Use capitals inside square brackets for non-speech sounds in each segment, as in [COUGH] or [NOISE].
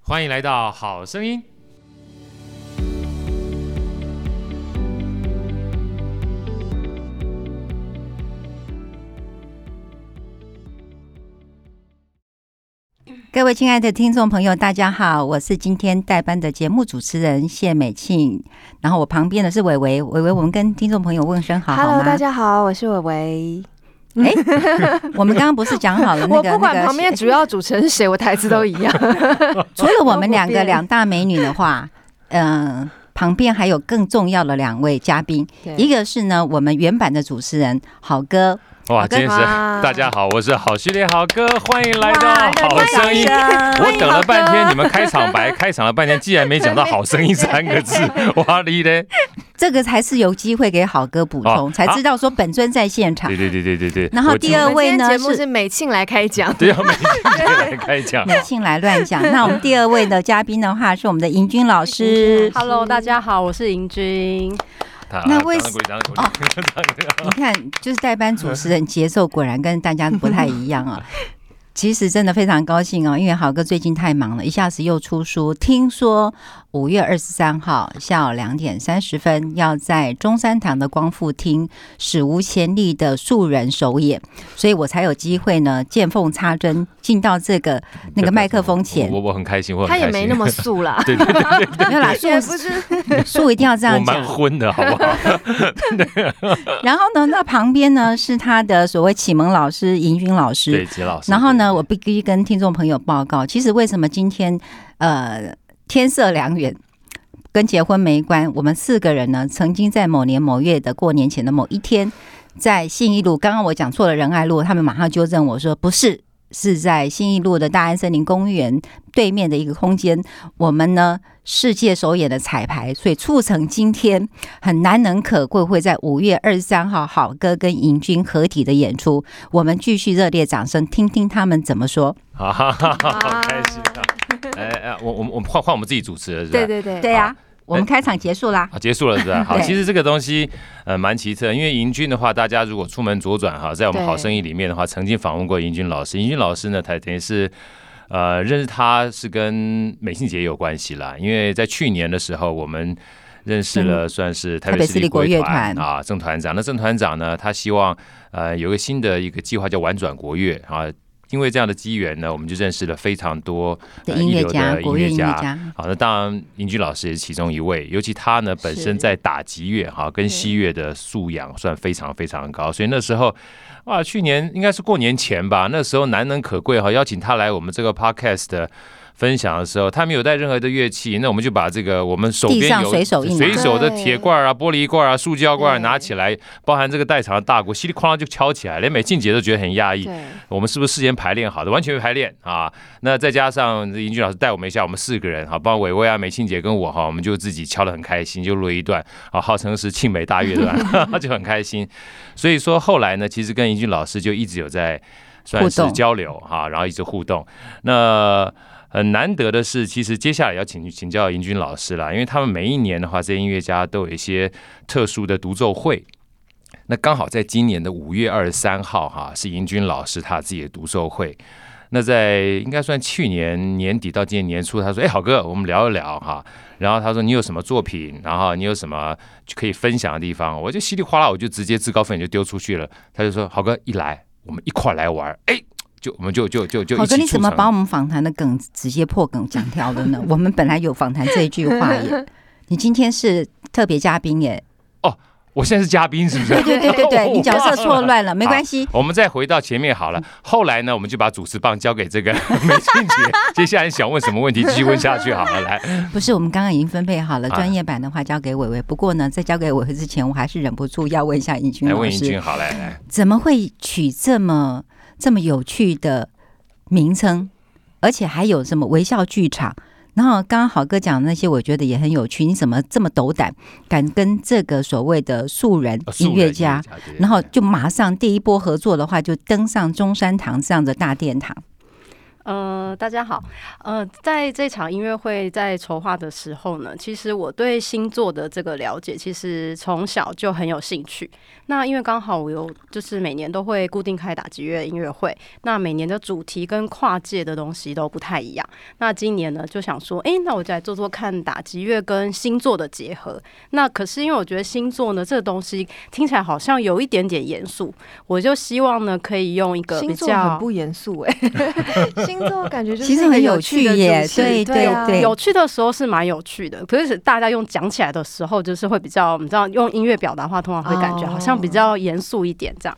欢迎来到《好声音》。各位亲爱的听众朋友，大家好，我是今天代班的节目主持人谢美庆，然后我旁边的是伟伟，伟伟，我们跟听众朋友问声好好 Hello，吗？大家好，我是伟伟。哎，我们刚刚不是讲好了那 [LAUGHS] 我个不管那个旁边主要主持人是谁，我台词都一样。除了我们两都个不变两大美女的话，嗯、旁边还有更重要的两位嘉宾，一个个是呢我们原版的主持人好哥，哇，好今跟天是哇大家好，我是好序列好哥，欢迎来到哇《好声音》。我我等了半欢迎天，好哥你们开场白开场了半天，既然没讲到“好声音”三个字，哇哩嘞！ [LAUGHS] 这个才是有机会给好哥补充，哦才知道说本尊在现场对。对对对对对。然后我第今二位呢节目是是美庆来开讲，对啊，每天来开讲。美庆来乱讲，那我们第二位的嘉宾的话是我们的银军老师， Hello，大家好，我是银君。那为什么？你看，就是代班主持人节奏果然跟大家不太一样啊。其实真的非常高兴哦，因为豪哥最近太忙了，一下子又出书。听说五月二十三号下午两点三十分要在中山堂的光复厅史无前例的素人首演，所以我才有机会呢见缝插针进到这个那个麦克风前我。我我很开心，我很他开心。，也没那么素啦对对对，没有啦，素 [LAUGHS] 也不是素一定要这我样蛮讲。昏的，好不好？然后呢，那旁边呢是他的所谓启蒙老师银军老师，对，吉老师。然后呢，我必须跟听众朋友报告，其实为什么今天呃天色良缘？跟结婚没关，我们四个人呢，曾经在某年某月的过年前的某一天，在信义路，刚刚我讲错了仁爱路，他们马上纠正我说不是，是在信义路的大安森林公园对面的一个空间，我们呢世界首演的彩排，所以促成今天很难能可贵会在五月二十三号好哥跟银军合体的演出，我们继续热烈掌声，听听他们怎么说。啊，好开心啊！哎哎，我我们我们换换我们自己主持了，是吧？对对对，对啊，我们开场结束啦。好，结束了是吧？好，对其实这个东西呃蛮奇特，因为银军的话，大家如果出门左转哈，在我们对好生意里面的话，曾经访问过银军老师，银军老师呢，他等于是。呃，认识他是跟美信姐有关系啦，因为在去年的时候，我们认识了算是台台北北市市立立国国乐乐团团啊，郑团长。那郑团长呢，他希望呃有个新的一个计划叫玩转国乐啊，因为这样的机缘呢，我们就认识了非常多的呃音乐一流家，的国乐音乐家，好，那当然，银居老师也是其中一位，尤其他呢本身在打击乐哈跟西乐的素养算非常非常高，所以那时候啊，去年应该是过年前吧，那时候难能可贵哈，邀请他来我们这个 podcast 的分享的时候，他没有带任何的乐器，那我们就把这个我们手地边上有随手一拿随手的对铁罐啊、玻璃罐啊、塑胶罐啊对拿起来，包含这个带长的大鼓，稀里哐啷就敲起来，连美静姐都觉得很讶异。对我们是不是事先排练好的？完全没排练啊！那再加上英俊老师带我们一下，我们四个人哈，包括伟伟啊、美庆姐跟我哈，我们就自己敲得很开心，就录了一段啊，号称是庆美大乐 [LAUGHS] 段， [LAUGHS] 就很开心。所以说后来呢，其实跟英俊老师就一直有在算互是动交流哈、然后一直互动。那很难得的是，其实接下来要请请教银军老师啦，因为他们每一年的话，这些音乐家都有一些特殊的独奏会。那刚好在今年的五月二十三号哈、是银军老师他自己的独奏会。那在应该算去年年底到今年年初，他说：“哎，好哥，我们聊一聊哈。”然后他说：“你有什么作品？然后你有什么可以分享的地方？”我就稀里哗啦，我就直接自告奋勇就丢出去了。他就说：“好哥，一来我们一块来玩儿。”哎，就我们就就就就一好起哥，你怎么促成把我们访谈的梗直接破梗讲掉了呢？我 [LAUGHS] 们本来有访谈这一句话耶，你今天是特别嘉宾耶。我现在是嘉宾，是不是？对对对对哦对，你角色错 [LAUGHS] 乱了，没关系。我们再回到前面好了。后来呢，我们就把主持棒交给这个 [LAUGHS] 美静姐。 [LAUGHS] 接下来你想问什么问题，继续问下去好了。来，不是，我们刚刚已经分配好了，啊专业版的话交给伟伟。不过呢，在交给伟伟之前，我还是忍不住要问一下尹军来嗯老问英师军，，好来来。怎么会取这么这么有趣的名称，而且还有什么微笑剧场？然后刚刚好哥讲的那些，我觉得也很有趣。你怎么这么斗胆，敢跟这个所谓的素人呃素人音乐家，，对对对 [LAUGHS] 然后就马上第一波合作的话，就登上中山堂这样的大殿堂？呃，大家好，呃，在这场音乐会在筹划的时候呢，其实我对星座的这个了解，其实从小就很有兴趣。那因为刚好我有就是每年都会固定开打击乐音乐会，那每年的主题跟跨界的东西都不太一样。那今年呢，就想说，诶，那我就来做做看打击乐跟星座的结合。那可是因为我觉得星座呢这个东西听起来好像有一点点严肃，我就希望呢可以用一个比星座较很不严肃哎， [LAUGHS] [LAUGHS] 星座感觉就是其实一个很有有趣的耶主题对对对啊对有趣的时候是蛮有趣的，可是大家用讲起来的时候，就是会比较，你知道，用音乐表达的话，通常会感觉哦好像比较严肃一点这样。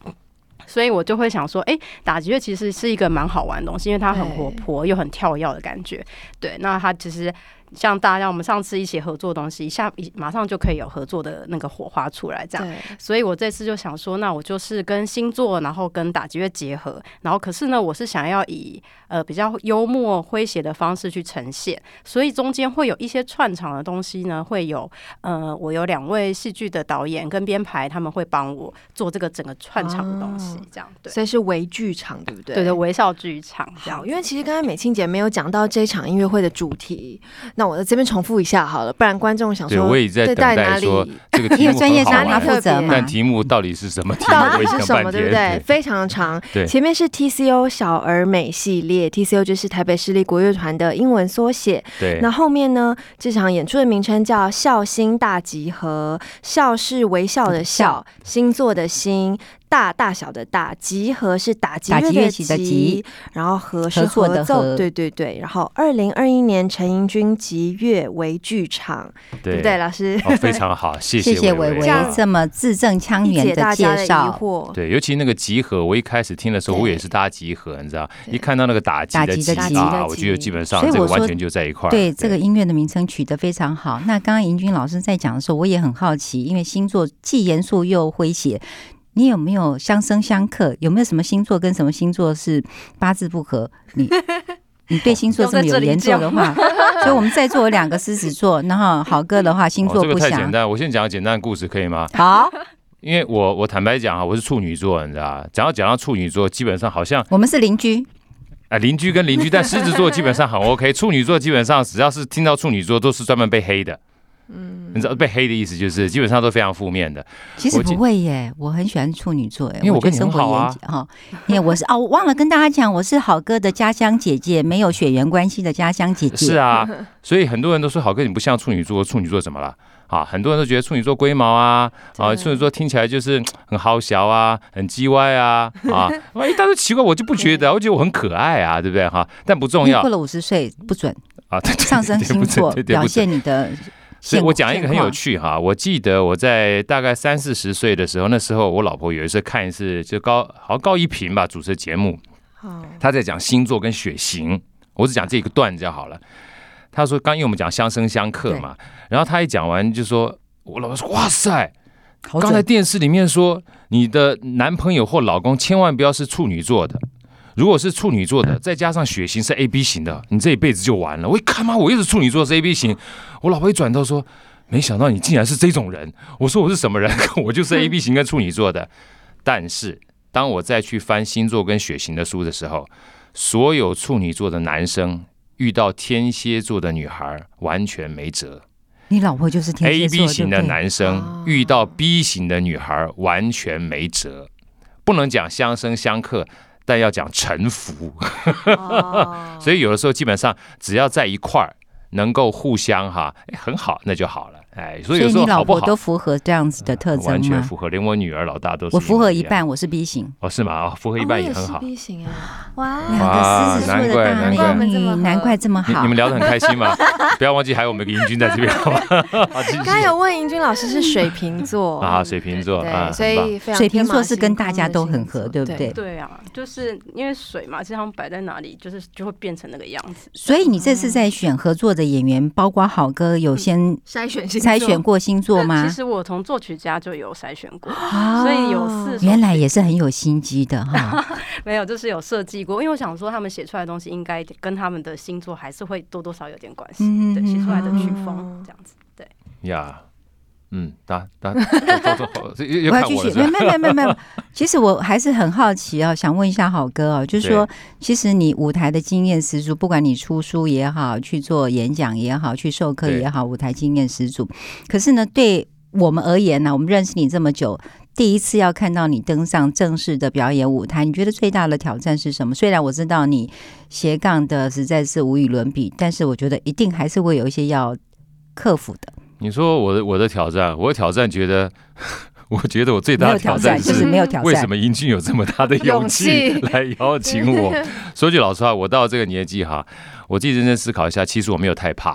所以我就会想说，诶，打击乐其实是一个蛮好玩的东西，因为它很活泼又很跳跃的感觉。对，那它其实像大家我们上次一起合作的东西，下马上就可以有合作的那个火花出来这样。对所以我这次就想说，那我就是跟星座，然后跟打击乐结合，然后可是呢，我是想要以呃比较幽默诙谐的方式去呈现，所以中间会有一些串场的东西呢，会有呃，我有两位戏剧的导演跟编排，他们会帮我做这个整个串场的东西哦，这样对所以是微剧场，对不对？啊对对，微笑剧场这样好，。因为其实刚才美庆姐没有讲到这场音乐会的主题，那我在这边重复一下好了，不然观众想对，说我也在等对到底待哪说里这个题因为目专业很是好哪让里他玩，负责嘛但。题目到底是什么题目？到 [LAUGHS] 我底也是想什么，半对不天。对？非常长。对前面是 TCO 小而美系列，TCO 就是台北市立国乐团的英文缩写。对那后面呢，这场演出的名称叫“笑星大集合”，笑是微笑的笑，星座的星。大大小的大，集合是打击打击乐乐器器的集集，然后合是合作的合奏，合对对对。然后二零二一年陈盈君集乐为剧场，对不对，老师？哦，非常 [LAUGHS] 好，谢谢谢伟伟伟伟啊这么字正腔 [LAUGHS] 一圆解大的家的介疑绍，惑，对，尤其那个集合，我一开始听的时候，对我也是搭集合，你知道，对一看到那个打击打的击的击啊，打击的我觉得击基本上所以这个我说完全就在一块儿。对这个音乐的名称取得非常好。那刚刚银军老师在讲的时候，我也很好奇，因为星座既严肃又诙谐，你有没有相生相克？有没有什么星座跟什么星座是八字不合？ [LAUGHS] 你你对星座这么有研究的话，所 [LAUGHS] 以我们在座有两个狮子座，然后好哥的话星哦，座这个不太简详。单，我先讲个简单的故事可以吗？好，因为我我坦白讲啊，我是处女座，你知道，只要讲到处女座，基本上好像我们是邻居，啊邻居跟邻居，但狮子座基本上很 OK，处女座基本上只要是听到处女座都是专门被黑的。嗯，你知道被黑的意思就是基本上都非常负面的。其实我记不会耶，我很喜欢处女座耶，因为我跟觉得你很生活好啊严谨哈，因为我是哦，我忘了跟大家讲，我是好哥的家乡姐姐，没有血缘关系的家乡姐姐。是啊，所以很多人都说好哥你不像处女座，处女座怎么了？啊，很多人都觉得处女座龟毛啊，啊，对处女座听起来就是嗯很好小啊，很叽歪啊，啊，哎，但是奇怪，我就不觉得啊，我觉得我很可爱啊，对不对哈？但不重因为要过了五十岁不准啊， [LAUGHS] 对对上升对对星不座对对对表不准现你的所现以我讲一个很有现趣哈，我记得我在大概三四十岁的时候，那时候我老婆有一次看一次，就高好像高一平吧主持节目，好，她在讲星座跟血型，我只讲这个段就好了。她说，刚因为我们讲相生相克嘛，然后她一讲完就说，我老婆说，哇塞，况刚好才准。电视里面说你的男朋友或老公千万不要是处女座的。如果是处女座嗯的，再加上血型是 A B 型的，你这一辈子就完了。我一看妈，我又是处女座是 A B 型，我老婆一转头说，没想到你竟然是这种人。我说我是什么人？ [LAUGHS] 我就是嗯 A B 型跟处女座的。但是当我再去翻星座跟血型的书的时候，所有处女座的男生遇到天蝎座的女孩完全没辙。你老婆就是天 A 蝎座 B 型的对不对男生遇到 B 型的女孩完全没辙，不能讲相生相克，但要讲臣服。哦所以有的时候基本上只要在一块儿，能够互相哈、哎很好，那就好了。哎，所所以有以时候你老好不婆好嗯都符合这样子的特征完全吗？符合，连我女儿老大都是我符合一模一样半，我是 B 型，哦，是吗？哦，符合一半也很好我。也是 B [LAUGHS] 型啊，哇两个狮子座难的怪大难怪美我女，们难怪这么你好你们。聊得很开心嘛？不要忘记还有我们一个英军在这边，好吗？好继续我刚才有问英军老师是水瓶 [LAUGHS] 座啊，水瓶座啊，对，所很棒以非常水瓶座是天马行空跟大家都很合对的星座不对对啊，就是因为水嘛，其实它们摆在哪里，就是就会变成那个样子。所以你这次在选合作的演员，包括好哥，有先筛选星座筛选过星座吗其？实我从作曲家就有筛选过，啊所以有四首原来也是很有心机的哈。没有，就是有设计过，因为我想说他们写出来的东西应该跟他们的星座还是会多多少有点关系，嗯对，写出来的曲嗯风这样子。呀，嗯，打打，走走走走，又又看继我续了，是没吧？有没有没有没有没有。 [LAUGHS] 其实我还是很好奇哦，想问一下好 [LAUGHS] 哥哦，就是说，其实你舞台的经验十足，不管你出书也好，去做演讲也好，去授课也好，舞台经验十足。可是呢，对我们而言呢、我们认识你这么久，第一次要看到你登上正式的表演舞台，你觉得最大的挑战是什么？虽然我知道你斜杠的实在是无与伦比，但是我觉得一定还是会有一些要克服的。你说我的我的挑战，我的挑战觉得，我觉得我最没大有的挑挑战战就是是没有挑为战什。么英俊有这么大的勇勇气气来邀 [LAUGHS] 请我？ [LAUGHS] 说句老实话，我到这个年纪哈，我自己认真思考一下，其实我没有太怕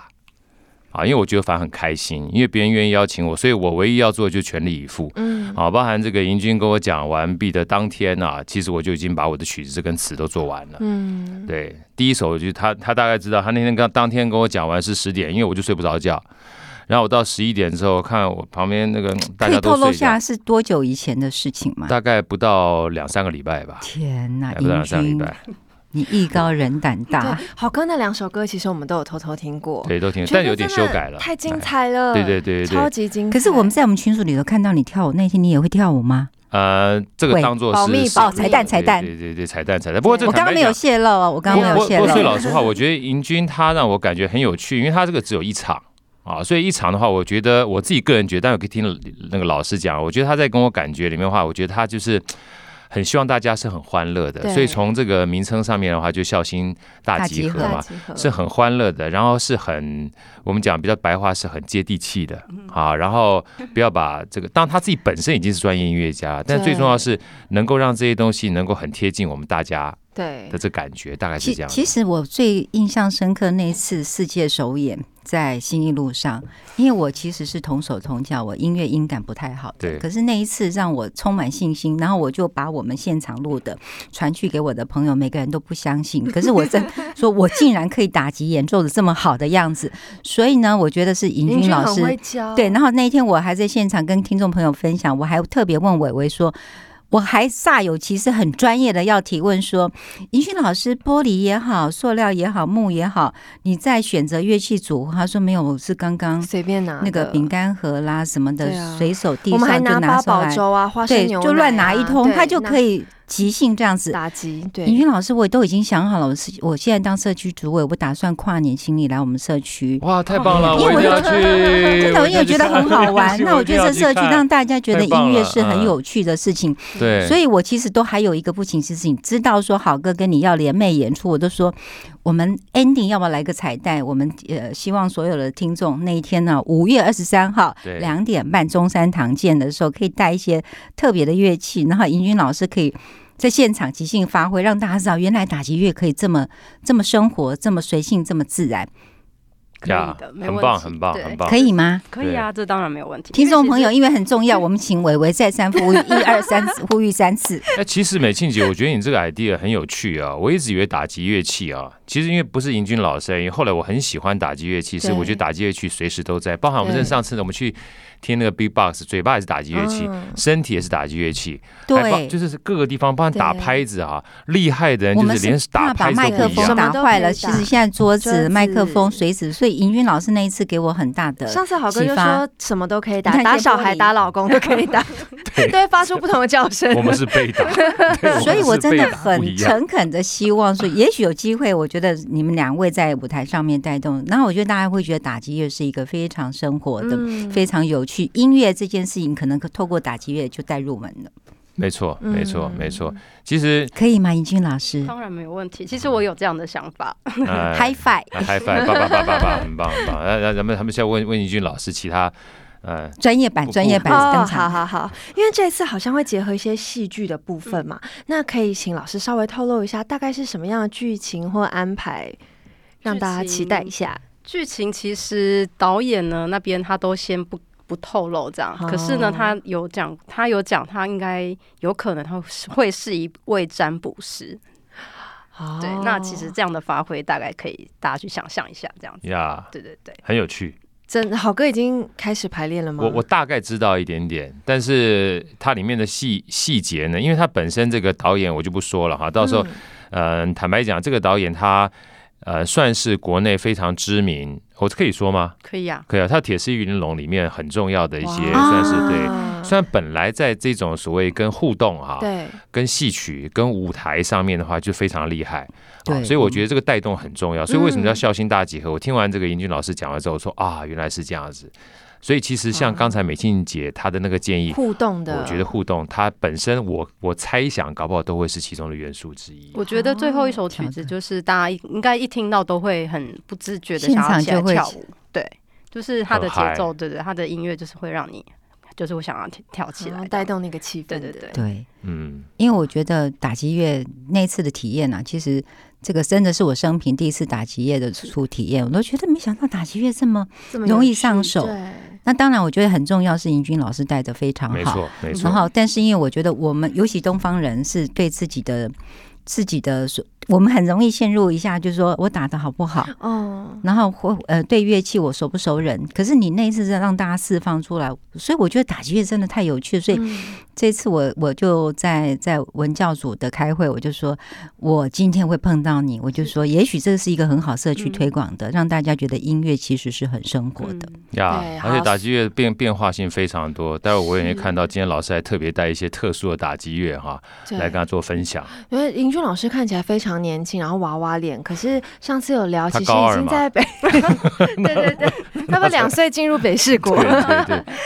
啊，因为我觉得反而很开心，因为别人愿意邀请我，所以我唯一要做的就是全力以赴。 [LAUGHS] 嗯，啊，包含这个银军跟我讲完毕的当天啊，其实我就已经把我的曲子跟词都做完了。嗯，对，第一首就是他，他大概知道，他那天刚当天跟我讲完是十点，因为我就睡不着觉。然后我到十一点之后，看我旁边那个嗯大可以家透都露睡觉，下是多久以前的事情吗？大概不到两三个礼拜吧，天啊呐，还不到英两三个礼军，拜，你艺高人胆大，对，好歌那两首歌其实我们都有偷偷听过，对，都挺，觉得但有点修真的改了，太精哎。彩了，对对对对超对，级精彩。可是我们在我们群组里头看到你跳舞那天，你也会跳舞吗？呃，这个会当做保是密是保哦，彩蛋密彩蛋，对对对对，彩蛋彩蛋。不过这我坦刚白刚没有讲泄露哦，我刚不刚没有不泄不过说露。老实话，我觉得银军他让我感觉很有趣，因为他这个只有一场啊，所以一场的话，我觉得我自己个人觉得，但我可以听那个老师讲，我觉得他在跟我感觉里面的话，我觉得他就是。很希望大家是很欢乐的，对所以从这个名称上面的话，就孝心大大集集合合嘛大，集合是很欢乐的，然后是很我们讲比较白话是很接地气的嗯啊，然后不要把这个，当然他自己本身已经是专业音乐家，但最重要是能够让这些东西能够很贴近我们大家对的这感觉，大概是其这样子。其实我最印象深刻那一次世界首演在新一路上，因为我其实是同手同脚，我音乐音感不太好的，对可是那一次让我充满信心，然后我就把我们现场录的传去给我的朋友，每个人都不相 [LAUGHS] 信，可是我真说我竟然可以打击演奏的这么好的样子，所以呢，我觉得是尹林军君老师很会哦教，对，然后那一天我还在现场跟听众朋友分享，我还特别问伟伟说。我还煞有其事，很专业的要提问说，银勋老师，玻璃也好，塑料也好，木也好，你在选择乐器组，他说没有，我是刚刚随便拿那个的饼，干盒啦什么的对，啊随手地我们还上就拿八拿出宝来，粥啊，花生对，牛就乱奶拿啊一通，对他就可那以即兴这样子。打击。对，银勋老师，我都已经想好了，我是我现在当社区主委，我打算跨年请你来我们社区，哇，太棒了！哦因为我一定要去，真的，因为觉得很好玩。那我觉得这社区让大家觉得太棒音了嗯乐是很有趣的事情，嗯对，所以以我其实都还有一个不情之请，知道说好哥跟你要联袂演出，我都说我们 ending 要不要来个彩蛋？我们呃希望所有的听众那一天呢，五月二十三号对两点半中山堂见的时候，可以带一些特别的乐器，然后银军老师可以。在现场即兴发挥，让大家知道原来打击乐可以这么这么生活，这么随性，这么自然，可以的，没问很题，棒，很棒，对很棒。可以吗？可以啊，这当然没有问题。听众朋友，因为因为很重要，我们请伟伟再三呼吁，一二三四呼吁 [LAUGHS] 三次。哎，其实美庆姐，我觉得你这个 idea 很有趣啊。我一直以为打击乐器啊，其实因为不是银军老师而已，后来我很喜欢打击乐器，是对我觉得打击乐器随时都在，包含我们对这上次我们去听那个 Big Box，嘴巴也是打击乐器，嗯身体也是打击乐器，还包对，就是各个地方，包含打对拍子啊，厉害的人我就们是连打怕把拍子麦克都不一风样。打坏了，什其么都可以打实现在桌桌子、子麦克风、水纸，所以银军老师那一次给我很大的。上次好哥启就发说什么都可以你打，看打见小玻孩、璃打老公都可 [LAUGHS] 以打，对都会发出不同的叫声。我们是被打，对所以我我们是真被的打不一很样。诚恳的希望说，也许有机会，我觉得你们两位在舞台上面带动，然后我觉得大家会觉得打击乐是一个非常生活的、嗯非常有趣音乐这件事情，可能透过打击乐就带入门了，没错，没错，嗯没错。其 [LAUGHS] 实，可以吗？银军老师当然没有问题。其实我有这样的想法，呃，High Five！嗨翻，棒棒棒棒棒，很棒很棒。然后咱们他们现在问问一句老师，其他呃，专业版，不专业版哦，登好场。好好，因为这次好像会结合一些戏剧的部分嗯嘛，那可以请老师稍微透露一下，大概是什么样的剧情或安排，让大家期待一下。剧情其实导演呢那边他都先不不透露这样哦，可是呢他有讲，他有讲他应该有可能他会是一位占卜师，哦对，那其实这样的发挥大概可以大家去想象一下这样子，呀，对对对，很有趣。真好哥已经开始排练了吗？我我大概知道一点点，但是它里面的细细节呢，因为它本身这个导演我就不说了哈，到时候嗯嗯、呃坦白讲，这个导演他呃，算是国内非常知名，我可以说吗？可以啊，可以啊，它铁丝玉玲珑里面很重要的一些，哇算是对。啊虽然本来在这种所谓跟互动哈、对，跟戏曲、跟舞台上面的话，就非常厉害。对啊，所以我觉得这个带动很重要。所以为什么叫孝心大集合？我听完这个尹俊老师讲完之后，我说啊，原来是这样子。所以其实像刚才美静姐她的那个建议，互动的，我觉得互动它本身我，我猜想搞不好都会是其中的元素之一。我觉得最后一首曲子就是大家一应该一听到都会很不自觉的现想要场起来就会跳舞，对，就是它的很嗨节奏，对对，它的音乐就是会让你就是会想要跳起然啊来后的，哦带动那个气氛，对对对，对，嗯，因为我觉得打击乐那次的体验啊，其实这个真的是我生平第一次打击乐的初体验，我都觉得没想到打击乐这么……这么容易有趣上手对那当然，我觉得很重要是银军老师带的非常没好，错，没然错。后但是因为我觉得我们尤其东方人是对自己的自己的所，我们很容易陷入一下，就是说我打的好不 [LAUGHS] 好，哦，然后或呃对乐器我熟不熟人，可是你那一次是让大家释放出来，所以我觉得打击乐真的太有趣了，所以嗯这次我我就在在文教组的开会，我就说我今天会碰到你，我就说也许这是一个很好社嗯区推广的，让大家觉得音乐其实是很生活的。嗯呀对，而且好打击乐变变化性非常多。待会我也会看到，今天老师还特别带一些特殊的打击乐哈，对来跟他做分享。因为林俊老师看起来非常年轻，然后娃娃脸，可是上次有聊，他其实高已二经嘛在北， [LAUGHS] 对对对，他们两岁进入北市国对，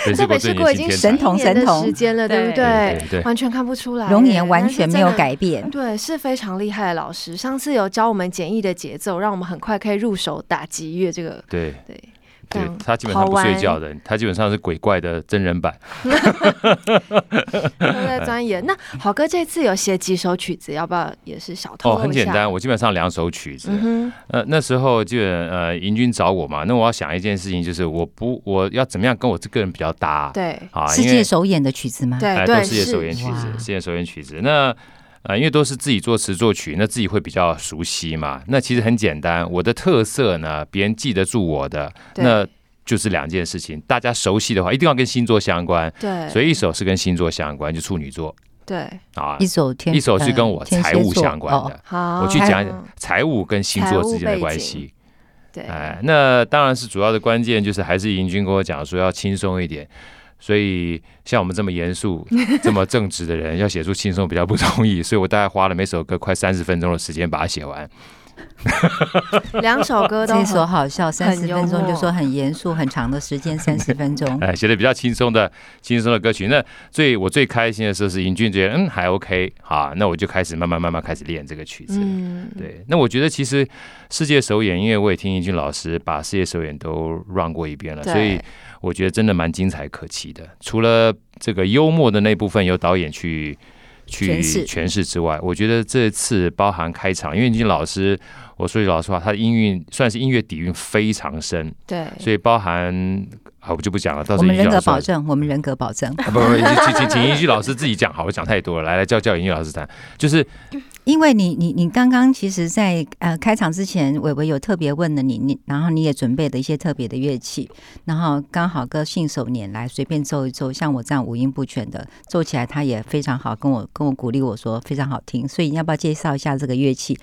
对对，北在之国北市最国年已轻天经神才11童年神的童时间了，对不对对对完全看不出来，容颜完全没有哎但是真的改 [LAUGHS] 变，对，是非常厉害的老师。上次有教我们简易的节奏，让我们很快可以入手打击乐这个。对对对非常，他基本上好不睡玩觉的，他基本上是鬼怪的真人版。都在 [LAUGHS] 钻研。那好哥这次有写几首曲子，要不要也是小透哦，露一下？很简单，，我基本上两首曲子。嗯哼，呃，那时候基本呃，银军找我嘛，那我要想一件事情，就是我不我要怎么样跟我这个人比较搭对啊？世因为界首演的曲子吗？哎，对都对世界首演曲哇子，世界首演曲子。那呃，因为都是自己作词作曲，那自己会比较熟悉嘛。那其实很简单，我的特色呢，别人记得住我的，对那就是两件事情。大家熟悉的话，一定要跟星座相关，对，所以一首是跟星座相关，就处女座对啊一。首天，一首是跟我呃天财蝎务座相关哦的，好，我去讲嗯财务跟星座之间的关系。对，哎，那当然是主要的关键就是还是银军跟我讲说要轻松一点。所以像我们这么严肃、这么正直的人， [LAUGHS] 要写出轻松比较不容易。所以我大概花了每首歌快三十分钟的时间把它写完。两首歌都 [LAUGHS] 这首 [LAUGHS] 很好笑，三十幽分钟就默说很严肃，很长的时间，三十 [LAUGHS] 分钟。哎，写的比较轻松的、轻松的歌曲。那最我最开心的时候是银军觉得嗯还 OK 好，那我就开始慢慢慢慢开始练这个曲子。嗯，对，那我觉得其实世界首演，因为我也听英俊老师把世界首演都 run 过一遍了，对所以我觉得真的蛮精彩可期的。除了这个幽默的那部分由导演去去诠释诠释之外，我觉得这次包含开场，因为英俊老师，我说句老实话，他的音韵算是音乐底蕴非常深，对，所以包含啊我就不讲了，到时候我们英俊人格老师保证，我们人格保证，啊不不，请请请英俊老师自己讲，好，我讲太多了，来来叫叫英俊老师谈，就是因为你你你刚刚其实在，呃开场之前，伟伟有特别问了你，你然后你也准备了一些特别的乐器，然后刚好哥信手拈来，随便奏一奏，像我这样五音不全的奏起来，他也非常好，跟我跟我鼓励我说非常好听，所以你要不要介绍一下这个乐器？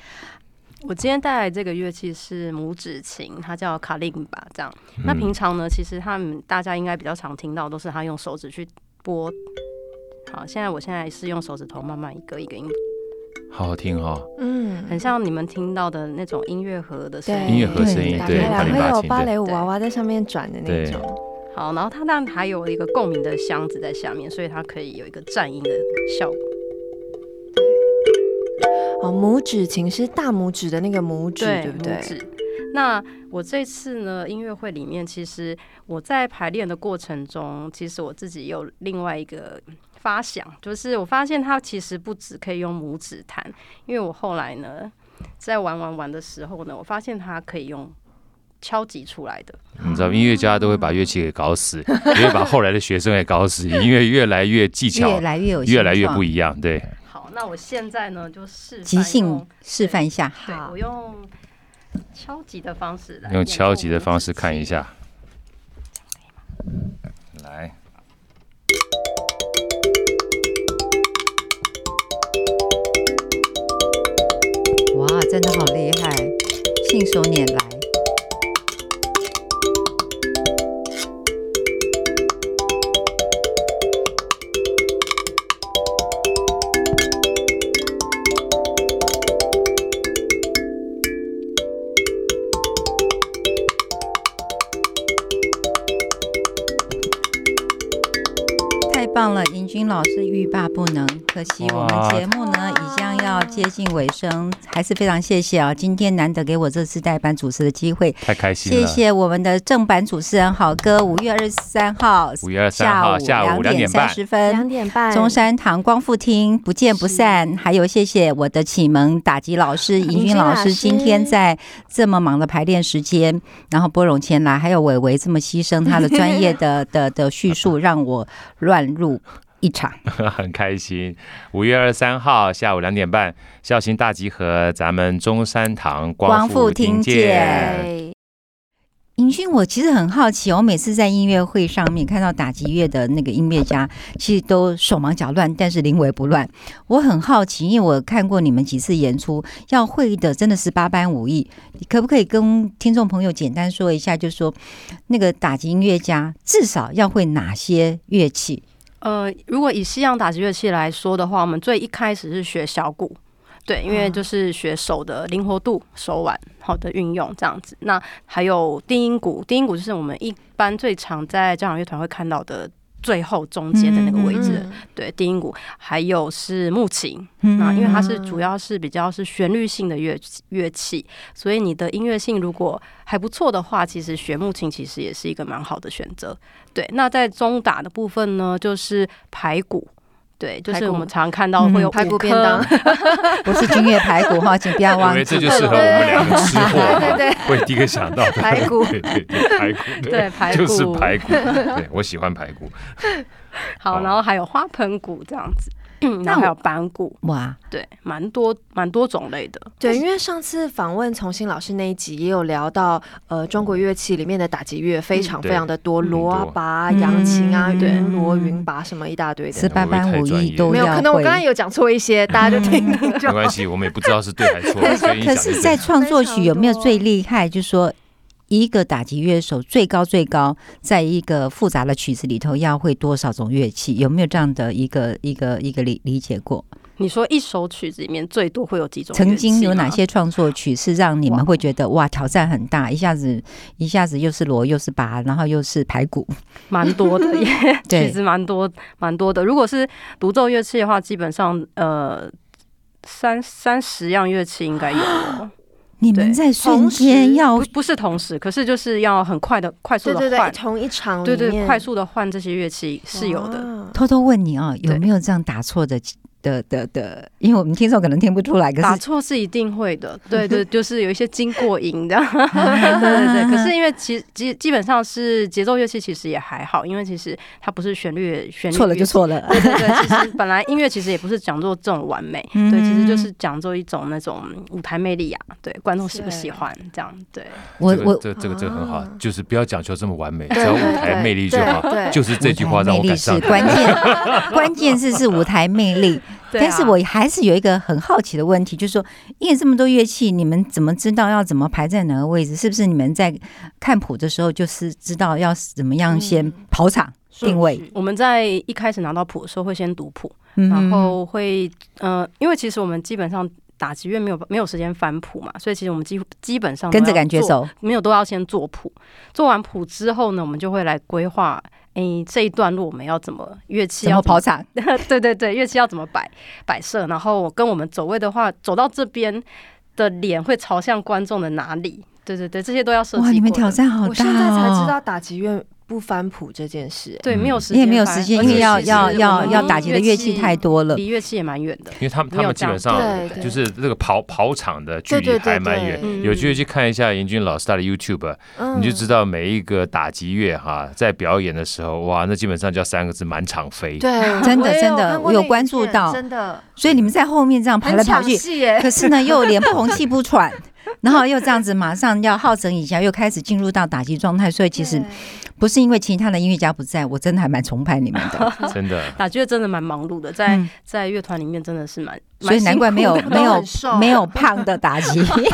我今天带来这个乐器是拇指琴，它叫卡令吧，这样。嗯那平常呢，其实他们大家应该比较常听到都是他用手指去拨。好，现在我现在是用手指头慢慢一个一个音，好好听哦。嗯，很像你们听到的那种音乐盒的声对音。音乐盒声音打对开来卡林会巴有琴芭对蕾舞娃娃在上面转的那对种，好，然后它但还有一个共鸣的箱子在下面，所以它可以有一个战音的效果。哦，拇指琴是大拇指的那个拇指，对，对不对拇？指那我这次呢，音乐会里面，其实我在排练的过程中，其实我自己有另外一个发想，就是我发现它其实不只可以用拇指弹，因为我后来呢，在玩玩玩的时候呢，我发现它可以用敲击出来的。你知道，音乐家都会把乐器给搞死，也会把后来的学生给搞死。音乐越来越技巧越，来越有啊越来越不一一样。对，好，那我现在呢，就示范即兴用示范一下，对好我用敲击的方式来用演敲奏击的拇方指式看琴一下。来，哇，真的好厉害！信手拈来。太棒了，尹君老师欲罢不能。可惜我们哇节目呢已将要接近尾声，还是非常谢谢啊！今天难得给我这次代班主持的机会，太开心谢了。谢我们的正版主持人好哥。五月二十三号五月二十三号下午两点点三半，十分，两点半，中山堂光复厅不见不散。还有谢谢我的启蒙打击老师君尹军老老师，师今天在这么忙的排练时间，然后拨冗前来，还有伟伟这么牺牲他的专业的的的叙述，让我乱入一场。 [LAUGHS] 很开心。五月二十三号下午两点半，孝心大集合，咱们中山堂光复复厅厅见见。对，尹军，我其实很好奇哦，我每次在音乐会上面看到打击乐的那个音乐家，其实都手忙脚乱，但是临危不乱。我很好奇，因为我看过你们几次演出，要会的真的是八般武艺。你可不可以跟听众朋友简单说一下，就是说那个打击音乐家至少要会哪些乐器？呃，如果以西洋打击乐器来说的话，我们最一开始是学小鼓，对，因为就是学手的灵活度、手腕好的运用这样子。那还有低音鼓，低音鼓就是我们一般最常在交响乐团会看到的最后中间的那个位置，嗯对，低音鼓。还有是木琴，嗯啊那因 [LAUGHS] 为它是主要是比较是旋律性的乐乐器，所以你的音乐性如果还不错的话，其实学木琴其实也是一个蛮好的选择。对，那在中打的部分呢，就是排骨。对，就排是骨我们常看到会有嗯排五骨便颗当，我是军乐排骨哈，请不要因 [LAUGHS] 忘为这记就。适合我们两个吃对货，对我也第一个想到的排骨 [LAUGHS] 对对对，排骨，对排骨就是排骨，对我喜欢排骨。好，哦然后还有花盆骨这样子，嗯然后还有板骨，哇，对，蛮多蛮多种类的。 [LAUGHS] 对，因为上次访问从新老师那一集也有聊到，呃，中国乐器里面的打击乐非常嗯非常的多，对锣啊很、多拔啊、扬琴啊、嗯云锣、对云拔什么一大堆是的。八般武艺都没有，要会。可能我刚刚有讲错一些，大家就听听就 [LAUGHS] 没关系，我们也不知道是对还是错， [LAUGHS] 所以你想可，就是对在创作曲有没有最厉害？就是说，一个打击乐手最高最高，在一个复杂的曲子里头要会多少种乐器？有没有这样的一个一个一个理理解过？你说一首曲子里面最多啊会有几种？曾经有哪？些创作曲是让你们会觉得哇，挑战很大，一下子一下子又是锣又是拔，然后又是排 [LAUGHS] 骨？ [LAUGHS] 蛮多的耶，对其实蛮多蛮多的。如果是独奏乐器的话，基本上呃三三十样乐器应该有哦，你们在瞬间要不不是同时，可是就是要很快的快速哦对对的对，换，同一场对对里面快速的换这些乐器是有的。哇偷偷问你啊，有没有这样打错的的的的？因为我们听众可能听不出来，可打是错 [LAUGHS] 是一定 [LAUGHS] 会的，对对，就是有一些经过音的，对对对。可是因为其基基本上是节奏乐器，其实也还好，因为其实它不是旋律旋 [LAUGHS] 律错了乐就器错了。对对对，其实本来音乐其实也不是讲做这种完美，嗯对，其实就是讲做一种那种舞台魅力呀、啊对，观众喜不喜欢这样，对，我这个我这个这个这个很好啊，就是不要讲求这么完美，只对要舞对台对魅力就好对。对就是这句话让我舞台魅力感是上。关键， [LAUGHS] 关键是是舞台魅力。对啊但是我还是有一个很好奇的问题，就是说，因为这么多乐器，你们怎么知道要怎么排在哪个位置？是不是你们在看谱的时候，就是知道要怎么样先嗯跑场定位？我们在一开始拿到谱的时候会先读谱，嗯然后会呃，因为其实我们基本上。打击乐没有没有时间翻谱嘛，所以其实我们几乎基本上都跟着要感觉做走。没有都要先做谱，做完谱之后呢，我们就会来规划，诶、这一段路我们要怎么乐器怎要么怎么跑场？ [LAUGHS] 对对对，乐器要怎么摆摆设，然后跟我们走位的话，走到这边的脸会朝向观众的哪里？对对对，这些都要设哇，计过的。你们挑战好我大现在才知哦！道打击乐不翻谱这件事，哎对，嗯没有时你间也翻，没有时间，而因且为要其实要我们要要离打击的乐器太多了。离乐器也蛮远的。因为他们他没们有基这样本上对对就是这个跑跑场的距对对离对还蛮远对，嗯有机嗯会去看一下严军老师他的 YouTube，你就知道每一个打击乐哈，在表演的时候，哇，那基本上叫三个字满场飞。对，真的我也真的看过我有那关影注片到真的所以你们在后面这样跑来很跑抢 [LAUGHS] 去，戏耶，可是呢又脸不红气不喘， [LAUGHS] 然后又这样子马上要好整以暇，又开始进入到打击状态，所以其实嗯不是因为其他的音乐家不在，我真的还蛮崇拜你们 [LAUGHS] 的，真的。打击乐真的蛮忙碌的，在、嗯在乐团里面真的是蛮， [LAUGHS] 所以难怪没有蛮辛苦没的都有很瘦 [LAUGHS] 没有 [LAUGHS] 胖的打 [LAUGHS] 击。对，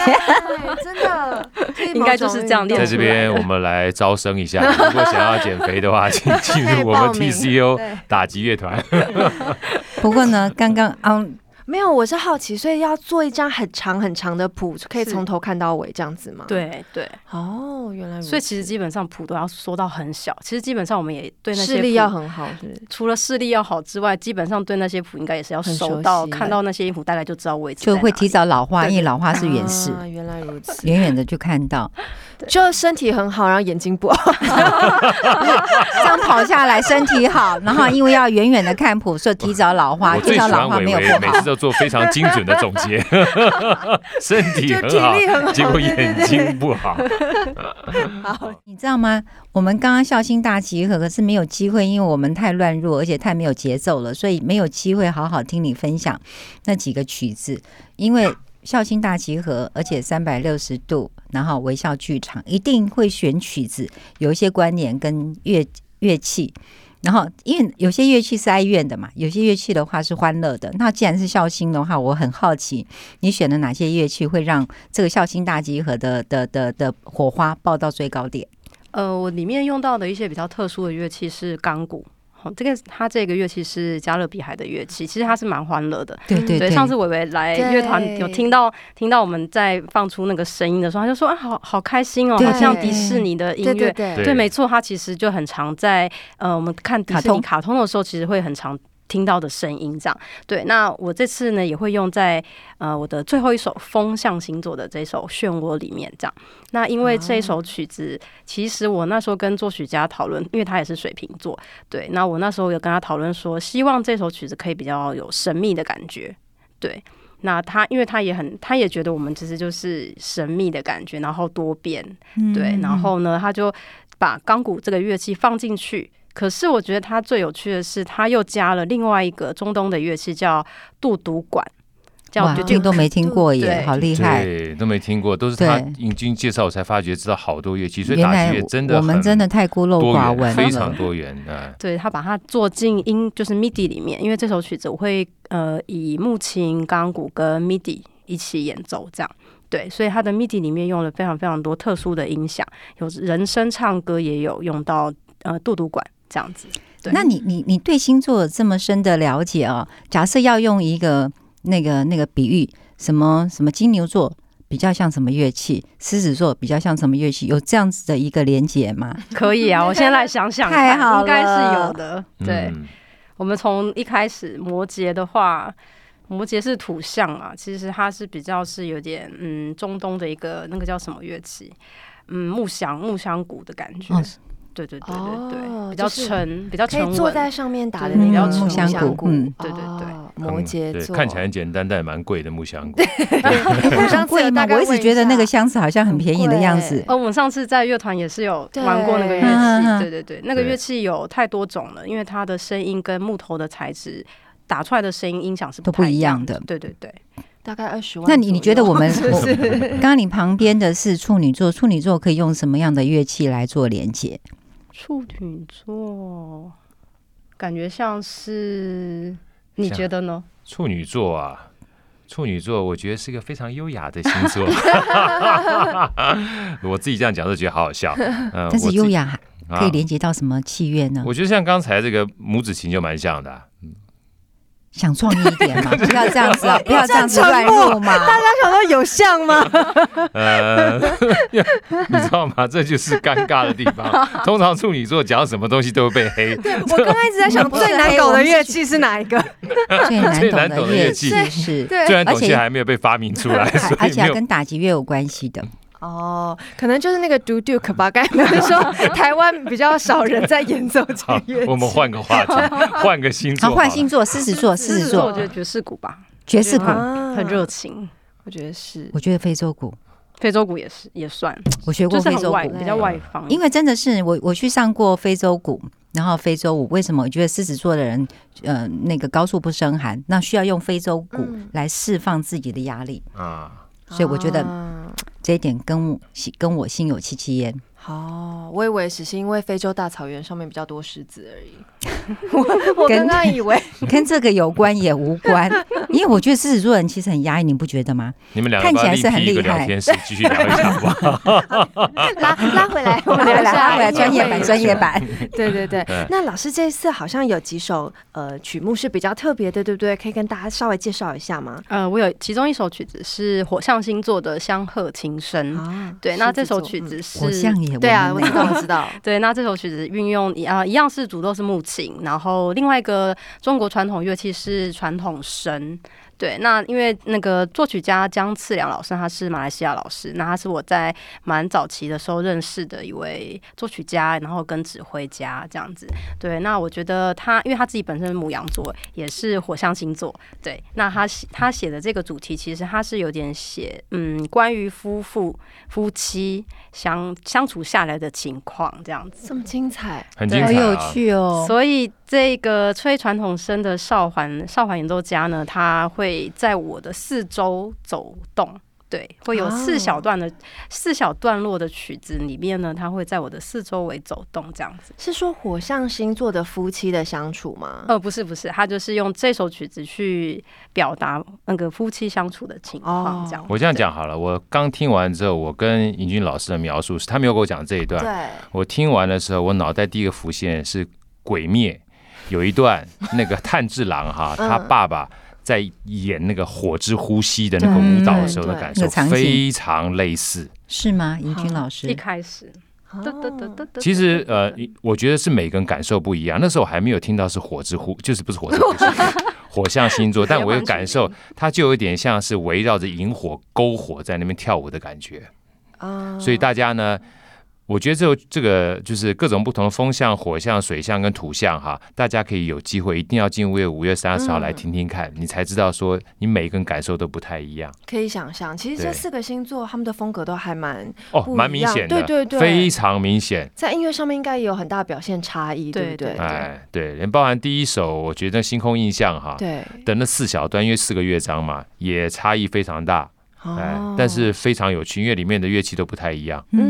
真的，这应该就是这样某种运动练在这边，我们来招生一下，如果想要减肥的话，请进入我可以们报名 TCO 对打击乐团。不过呢，刚刚啊，没有，我是好奇，所以要做一张很长很长的谱，可以是从头看到尾这样子吗？，对对，哦，原嗯来如此，所以其实基本上谱都要缩到很小。其实基本上我们也对那些视力谱要很好，是不是？除了视力要好之外，基本上对那些谱应该也是要很熟熟到悉看到那些音谱，大概就知道位置在就哪里。会提早老化，对对因为老化是远视，啊原来如此。远远的就看到，就身体很好，然后眼睛不 [LAUGHS] 好，这样跑下来身体好，然后因为要远远的看谱，所以提早老化，我提最喜早老欢化伟没有伟，不每好次。都做非常精准的总 [LAUGHS] 结，身体很好，结果眼睛不好。你知道吗？我们刚刚孝心大集合，可是没有机会，因为我们太乱入，而且太没有节奏了，所以没有机会好好听你分享那几个曲子。因为孝心大集合，而且三百六十度，然后微笑剧场一定会选曲子，有一些关联跟乐乐器。然后，因为有些乐器是哀怨的嘛，有些乐器的话是欢乐的。那既然是孝心的话，我很好奇，你选的哪些乐器会让这个孝心大集合的的的的火花爆到最高点？呃，我里面用到的一些比较特殊的乐器是钢鼓。好，这个它这个乐器是加勒比海的乐器，其实它是蛮欢乐的。对对对，上次伟伟来乐团对有听到听到我们在放出那个声音的时候，他就说啊，好好开心哦，对好像迪士尼的音对对乐。对对，对，没错，他其实就很常在呃，我们看迪士尼卡通的时候，其实会很常听到的声音这样。对，那我这次呢也会用在呃我的最后一首风象星座的这首漩涡里面这样。那因为这首曲子，其实我那时候跟作曲家讨论，因为他也是水瓶座，对，那我那时候有跟他讨论说，希望这首曲子可以比较有神秘的感觉，对。那他，因为他也很，他也觉得我们其实就是神秘的感觉，然后多变，嗯对，然后呢，他就把钢鼓这个乐器放进去。可是我觉得它最有趣的是，它又加了另外一个中东的乐器叫杜笃管，叫哇，哦杜听都没听过耶，对好厉害！对，都没听过，都是他对引经介绍，我才发觉知道好多乐器，所以原打来击乐真的我们很真的太孤陋多寡元，闻非常了。多元啊。对他把它做进音就是 MIDI 里面，因为这首曲子我会呃以木琴、钢鼓跟 MIDI 一起演奏这样。对，所以它的 MIDI 里面用了非常非常多特殊的音响，有人声唱歌也有用到呃杜笃管这样子。对那你你你对星座有这么深的了解哦？假设要用一个那个那个比喻，什么什么金牛座比较像什么乐器，狮子座比较像什么乐器，有这样子的一个连结吗？可以 [LAUGHS] 啊，我先来想想太看，好应该是了有的。对，嗯我们从一开始摩羯的话，摩羯是土象啊，其实它是比较是有点嗯中东的一个那个叫什么乐器，嗯木箱木箱鼓的感 [LAUGHS] 觉，哦对对对对对，哦比较就是沉，比较可沉以坐稳。在上面打的对那比较种沉木稳香香鼓鼓嗯，对对对哦摩羯嗯对座看起 [LAUGHS] 来很简单，但也蛮贵的木 [LAUGHS] 香菇。我上很次贵有吗大？概我一直问觉得那个下箱子好像很便宜的样子很。哦，我们上次在乐团也是有对嗯玩过那个乐啊器，对对对，那个对乐器有太多种了，因为它的声音跟木头的材质打出来的声音音响是都不太一一样的对对对，大概二十万左那右。你你觉得我们是不我是刚刚你旁边的是处女座，处女座可以用什么样的乐器来做连接？处女座感觉像是，你像觉得呢？处女座啊，处女座，我觉得是一个非常优雅的星 [LAUGHS] 座。 [LAUGHS] 我自己这样讲都觉得好好 [LAUGHS] 笑。嗯、但是优雅我自己可以、啊连接到什么契约呢？我觉得像刚才这个拇指琴就蛮像的啊、想创意一点 [LAUGHS] 嘛，不要这样子啊，不要这样子乱入嘛。他想到有像 [LAUGHS] 吗？呃， [LAUGHS] 你知道吗？这就是尴尬的地 [LAUGHS] 方。通常处女座讲什么东西都会被黑，我刚刚一直在想不是最难黑搞我的们乐器是哪一个？最难最懂难的懂的乐乐器器是， [LAUGHS] 对虽然而董且卿还没有被发明出来，所 [LAUGHS] 而以且没还有跟打击乐有关系的。哦，可能就是那个 Do Duke 吧。刚才没有 [LAUGHS] 说台湾比较少人在演奏这好个乐器。我们换个话 [LAUGHS] 题，换个星座好，好了。换星座，狮子座，嗯狮子我座觉得爵士鼓吧，爵士鼓，啊很热，情，我觉得是。我觉得非洲鼓，非洲鼓也是也算，我学就过是非很洲外鼓，比较外放。因为真的是我我去上过非洲鼓，然后非洲舞，为什么我觉得狮子座的人，呃，那个高处不胜寒，那需要用非洲鼓嗯来释放自己的压力，啊，所以我觉得啊这一点跟我跟我心有戚戚焉。哦，我以为只是因为非洲大草原上面比较多狮子而已。我我刚刚以为跟这个有关也无关，因为我觉得狮子座人其实很压抑，你不觉得吗？你们两个看起来要是很另辟一个厉害聊天室继续聊一下好 [LAUGHS] 不好？拉拉回来，我们来聊一来，下拉回来，专音乐业版，会专业版。对对对对，那老师这一次好像有几首呃曲目是比较特别的，对不对？可以跟大家稍微介绍一下吗？呃，我有其中一首曲子是火象星座的《相和琴声》，啊，哦对，那这首曲子是嗯火象也对啊，我们知呢道，我知道。对，那这首曲子运用啊、一样是主奏是木琴，然后另外一个中国传统乐器是传统笙。对，那因为那个作曲家江次良老师他是马来西亚老师，那他是我在蛮早期的时候认识的一位作曲家，然后跟指挥家这样子。对，那我觉得他，因为他自己本身是母羊座，也是火象星座，对，那他写他写的这个主题其实他是有点写嗯关于夫妇夫妻相相处下来的情况这样 [LAUGHS] 子。这么精彩，很精好彩有啊！趣哦。所以这个吹传统笙的少环少环演奏家呢，他会在我的四周走动。对，会有四小段的、四小段落的曲子里面呢，他会在我的四周围走动这样子。是说火象星座的夫妻的相处吗？哦呃，不是不是，他就是用这首曲子去表达那个夫妻相处的情况，哦这样。我这样讲好了，我刚听完之后，我跟尹俊老师的描述是，他没有给我讲这一段。对，我听完的时候，我脑袋第一个浮现是《鬼灭》有一段那个炭治郎哈，嗯他爸爸在演那个火之呼吸的那个舞蹈的时候的感对受对对那个场景非常类似。是吗，尹君老一师？开始，哦得得得得得其实呃得得，我觉得是每个人感受不一样。那时候我还没有听到是火之呼，就是不是火之呼吸。 [LAUGHS] 火象星座，但我有感受，它就有点像是围绕着萤火篝火在那边跳舞的感觉。啊所以大家呢，我觉得这这个就是各种不同的风象、火象、水象跟土象哈，大家可以有机会一定要进入五月五月三十号嗯来听听看，你才知道说你每个人感受都不太一样可以想象，其实这对四个星座他们的风格都还蛮哦，不一样蛮明显的，对对对非常明显。在音乐上面应该也有很大表现差异，对对不对？哎，对，连包含第一首，我觉得《星空印象》哈，对，的那四小段，因为四个乐章嘛，也差异非常大，哎哦，，但是非常有趣，因为里面的乐器都不太一样。嗯，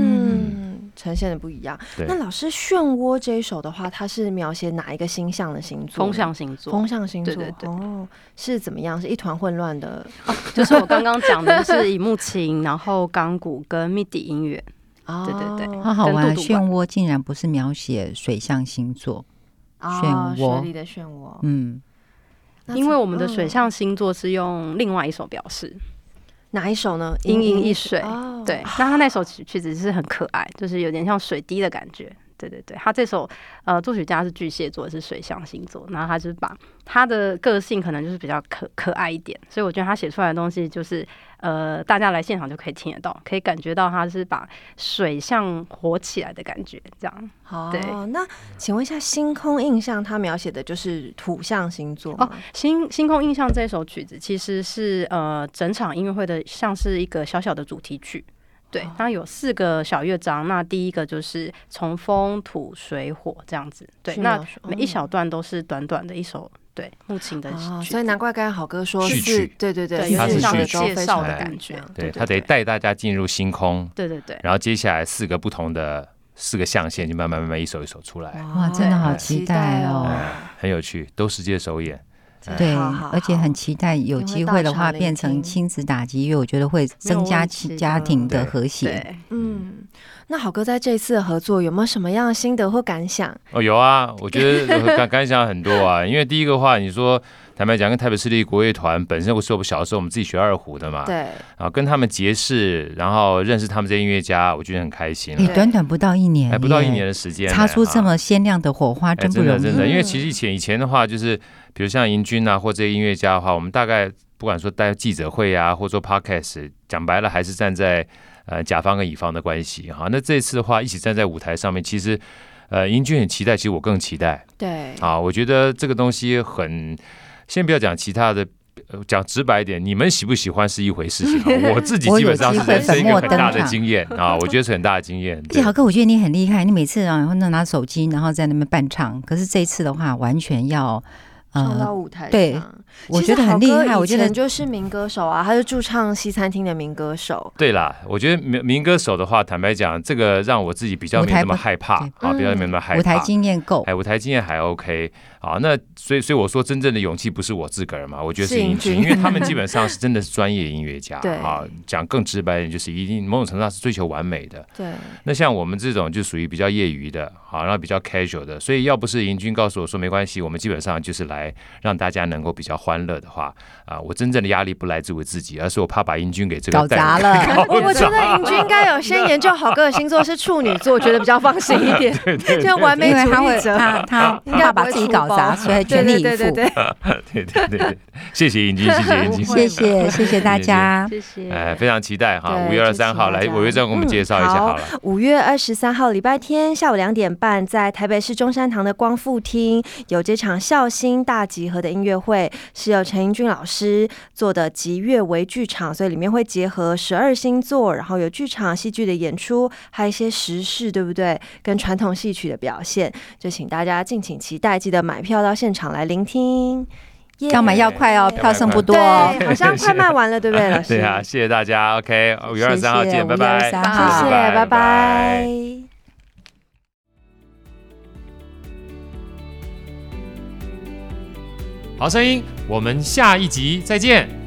嗯，呈现的不一样。对那老师漩涡这一首的话，它是描写哪一个星象的星座？风，象星座，风象星座。对对对哦，是怎么样？是一团混乱的 [LAUGHS] 就是我刚刚讲的，就是以木琴，然后钢鼓跟 MIDI 音乐。啊对对对嗯好好玩。跟杜杜漩玩涡竟然不是描写水象星座，啊漩涡水里的漩涡。嗯，那嗯因为我们的怎水象星座是用另外一首表示，嗯哪一首呢？盈盈一水哦对，那他那首曲曲子是很可爱，就是有点像水滴的感觉。对对对，他这首呃作曲家是巨蟹座，是水象星座，然后他就是把他的个性可能就是比较可可爱一点，所以我觉得他写出来的东西就是呃大家来现场就可以听得到，可以感觉到他是把水象活起来的感觉，这样。好对，哦那请问一下，星空印象它描写的就是土象星座哦吗，星星空印象这首曲子其实是呃整场音乐会的像是一个小小的主题曲。对，哦它有四个小乐章，那第一个就是从风、土、水、火这样子。对，是那描述每一嗯小段都是短短的一首对木琴的曲子、哦，所以难怪刚才好哥说序是曲，对对对它四是象序的曲时候介非绍常的不感一觉样对他得带大家进入星空，对对对，然后接下来四个不同的四个象限就慢慢慢慢一首一首出来，哇真的好期待哦很有趣，都世界首演。真的对哎好好，而且好很期待有因为机大会的场话聆变成听亲子打击乐，我觉得会增加问其题家的庭的对和谐。对，嗯，那好哥在这一次的合作有没有什么样的心得或感想？哦，有啊，我觉得感感想很多啊。因为第一个话，你说坦白讲，跟台北市立国乐团本身，我是我们小时候我们自己学二胡的嘛，对，啊，跟他们结识，然后认识他们这些音乐家，我觉得很开心你了。对短短不到一年耶，还哎不到一年的时间呢，擦出这哈么鲜亮的火花，哎，啊真不真容的易。真的，因为嗯其实以前以前的话，就是比如像银军啊，或这些音乐家的话，我们大概不管说带记者会啊，或做 podcast，讲白了还是站在呃甲方跟乙方的关系哈。那这一次的话，一起站在舞台上面，其实呃银军很期待，其实我更期待对，啊。我觉得这个东西很，先不要讲其他的。呃讲直白一点，你们喜不喜欢是一回事情啊，我自己 [LAUGHS] 我基有本上机是会人生一粉个墨很大登的场经验啊，我觉得是很大的经验。 [LAUGHS] 而且对豪哥，我觉得你啊很厉害，你每次然后那拿手机，然后在那边伴唱，可是这一次的话，完全要唱到舞台上。对我其实觉得很豪厉哥害以我觉得前就是民歌手啊，他是驻唱西餐厅的民歌手。对啦，我觉得民民歌手的话，坦白讲，这个让我自己比较舞没有台那么不害怕对嗯啊，比较没有那么害怕。舞台经验够，哎，舞台经验还 OK 啊。那所以，所以我说，真正的勇气不是我自个人嘛，我觉得是是英英军，军因为他们基本上是真的是专业音乐 [LAUGHS] 家对啊。讲更直白一点，就是一定某种程度上是追求完美的。对，那像我们这种就属于比较业余的，好、然后比较 casual 的，所以要不是银军告诉我说没关系，我们基本上就是来让大家能够比较欢乐的话，啊，我真正的压力不来自我自己，而是我怕把银军给这个搞带砸搞了。[LAUGHS] 我觉砸得尹君应该有先研究好哥的星座是处女座，觉得比较放心一点。 [LAUGHS] 对对就完美因为他主会义者他他 [LAUGHS] 应怕该不把会自己出搞砸，包所以对全力对以对对赴。对，对对对对，谢谢银军，谢谢银军。谢谢谢谢大家，谢谢。哎，非常期待哈！对五月二三号就期待来，大家五月再给我们介绍一下嗯好好了。五月二十三号礼拜天下午两点半，在台北市中山堂的光复厅有这场孝心大集合的音乐会，是由陈英俊老师做的集乐为剧场，所以里面会结合十二星座，然后有剧场戏剧的演出，还有一些时事，对不对？跟传统戏曲的表现，就请大家敬请期待，记得买票到现场来聆听。耶要买要快哦，对票剩不多哦。对，好像快卖完了，对不对，老师？对啊，谢谢大家。OK，五月二十三号谢谢见，拜5拜，月23谢号谢，拜拜。好声音，我们下一集再见。